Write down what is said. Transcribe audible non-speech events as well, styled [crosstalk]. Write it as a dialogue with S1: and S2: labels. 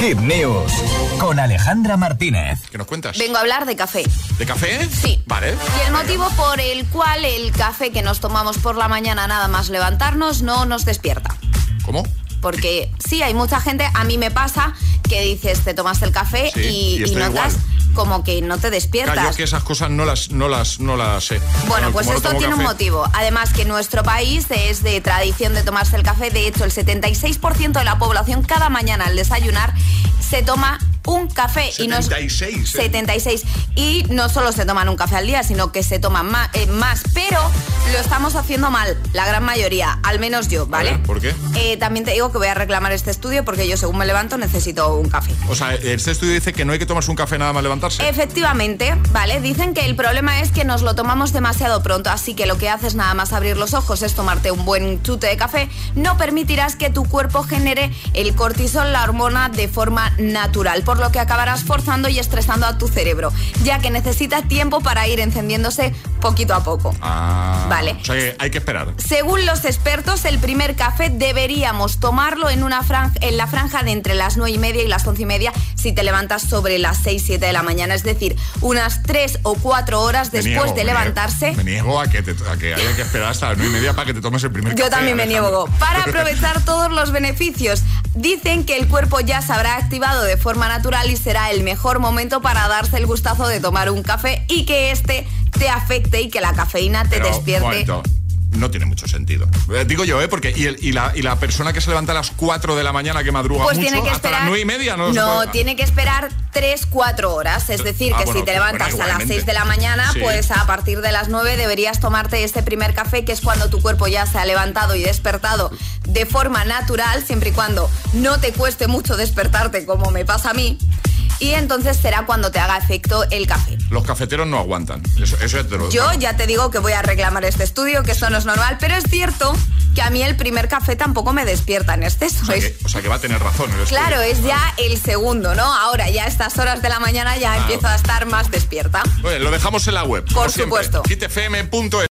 S1: Hit News con Alejandra Martínez.
S2: ¿Qué nos cuentas?
S3: Vengo a hablar de café.
S2: ¿De café?
S3: Sí.
S2: Vale.
S3: Y el motivo por el cual el café que nos tomamos por la mañana nada más levantarnos no nos despierta.
S2: ¿Cómo?
S3: Porque sí, hay mucha gente, a mí me pasa, que dices, te tomas el café
S2: Sí,
S3: y,
S2: y
S3: y
S2: estoy
S3: notas
S2: igual.
S3: como que no te despiertas.
S2: Calla, que esas cosas no las, no las, no las sé.
S3: Bueno,
S2: Como
S3: pues
S2: no
S3: esto
S2: tomo
S3: tiene un
S2: café.
S3: motivo. Además que en nuestro país es de tradición de tomarse el café. De hecho, el 76% de la población cada mañana al desayunar se toma un café. y no es-
S2: 76, ¿eh?
S3: 76. Y no solo se toman un café al día, sino que se toman ma- eh, más. Pero lo estamos haciendo mal, la gran mayoría, al menos yo,
S2: A
S3: ¿vale?
S2: ver, ¿Por qué?
S3: Eh, también te digo que voy a reclamar este estudio porque yo según me levanto necesito un café.
S2: O sea, este estudio dice que no hay que tomarse un café nada más
S3: Eh,
S2: levantarse.
S3: Efectivamente, ¿vale? Dicen que el problema es que nos lo tomamos demasiado pronto, así que lo que haces nada más abrir los ojos es tomarte un buen chute de café, no permitirás que tu cuerpo genere el cortisol, la hormona, de forma natural, por lo que acabarás forzando y estresando a tu cerebro, ya que necesita tiempo para ir encendiéndose poquito a poco.
S2: Ah,
S3: Vale.
S2: O sea, que hay que esperar.
S3: Según los expertos, el primer café deberíamos tomarlo en, una fran- en la franja de entre las 9 y media y las 11 y media si te levantas sobre las 6, 7 de la mañana. Es decir, unas 3 o 4 horas
S2: Me
S3: después
S2: niego,
S3: de
S2: me niego-
S3: levantarse.
S2: Me niego a que, te- a que haya que esperar hasta las nueve y media para que te tomes el primer
S3: Yo
S2: café,
S3: también me
S2: Alejandra.
S3: niego. Para
S2: [laughs]
S3: aprovechar todos los beneficios, dicen que el cuerpo ya se habrá activado de forma natural y será el mejor momento para darse el gustazo de tomar un café y que este te afecte y que la cafeína te
S2: Pero, un
S3: despierte.
S2: momento, No tiene mucho sentido. Eh, Digo yo, ¿eh? Porque y, el- y la, y la persona que se levanta a las 4 de la mañana que madruga
S3: Pues
S2: mucho,
S3: tiene que
S2: hasta
S3: esperar.
S2: las 9 y media no, Ah, se puede-
S3: tiene que esperar 3, 4 horas. Es decir,
S2: Ah,
S3: que
S2: bueno,
S3: si te
S2: bueno,
S3: levantas a las
S2: igualmente.
S3: 6 de la mañana,
S2: Sí.
S3: pues a partir de las 9 deberías tomarte este primer café, que es cuando tu cuerpo ya se ha levantado y despertado de forma natural, siempre y cuando no te cueste mucho despertarte, como me pasa a mí. Y entonces será cuando te haga efecto el café.
S2: Los cafeteros no aguantan. Eso, eso ya te lo
S3: Yo ya te digo que voy a reclamar este estudio, que esto no es normal, pero es cierto que a mí el primer café tampoco me despierta en exceso. ¿eh?
S2: O sea,
S3: Es-
S2: que, o sea que va a tener razón. el estudio.
S3: Pues Claro, es ya el segundo, ¿no? Ahora ya a estas horas de la mañana ya empiezo a estar más despierta.
S2: Oye, lo dejamos en la web.
S3: Por supuesto.
S2: Hitfm.es.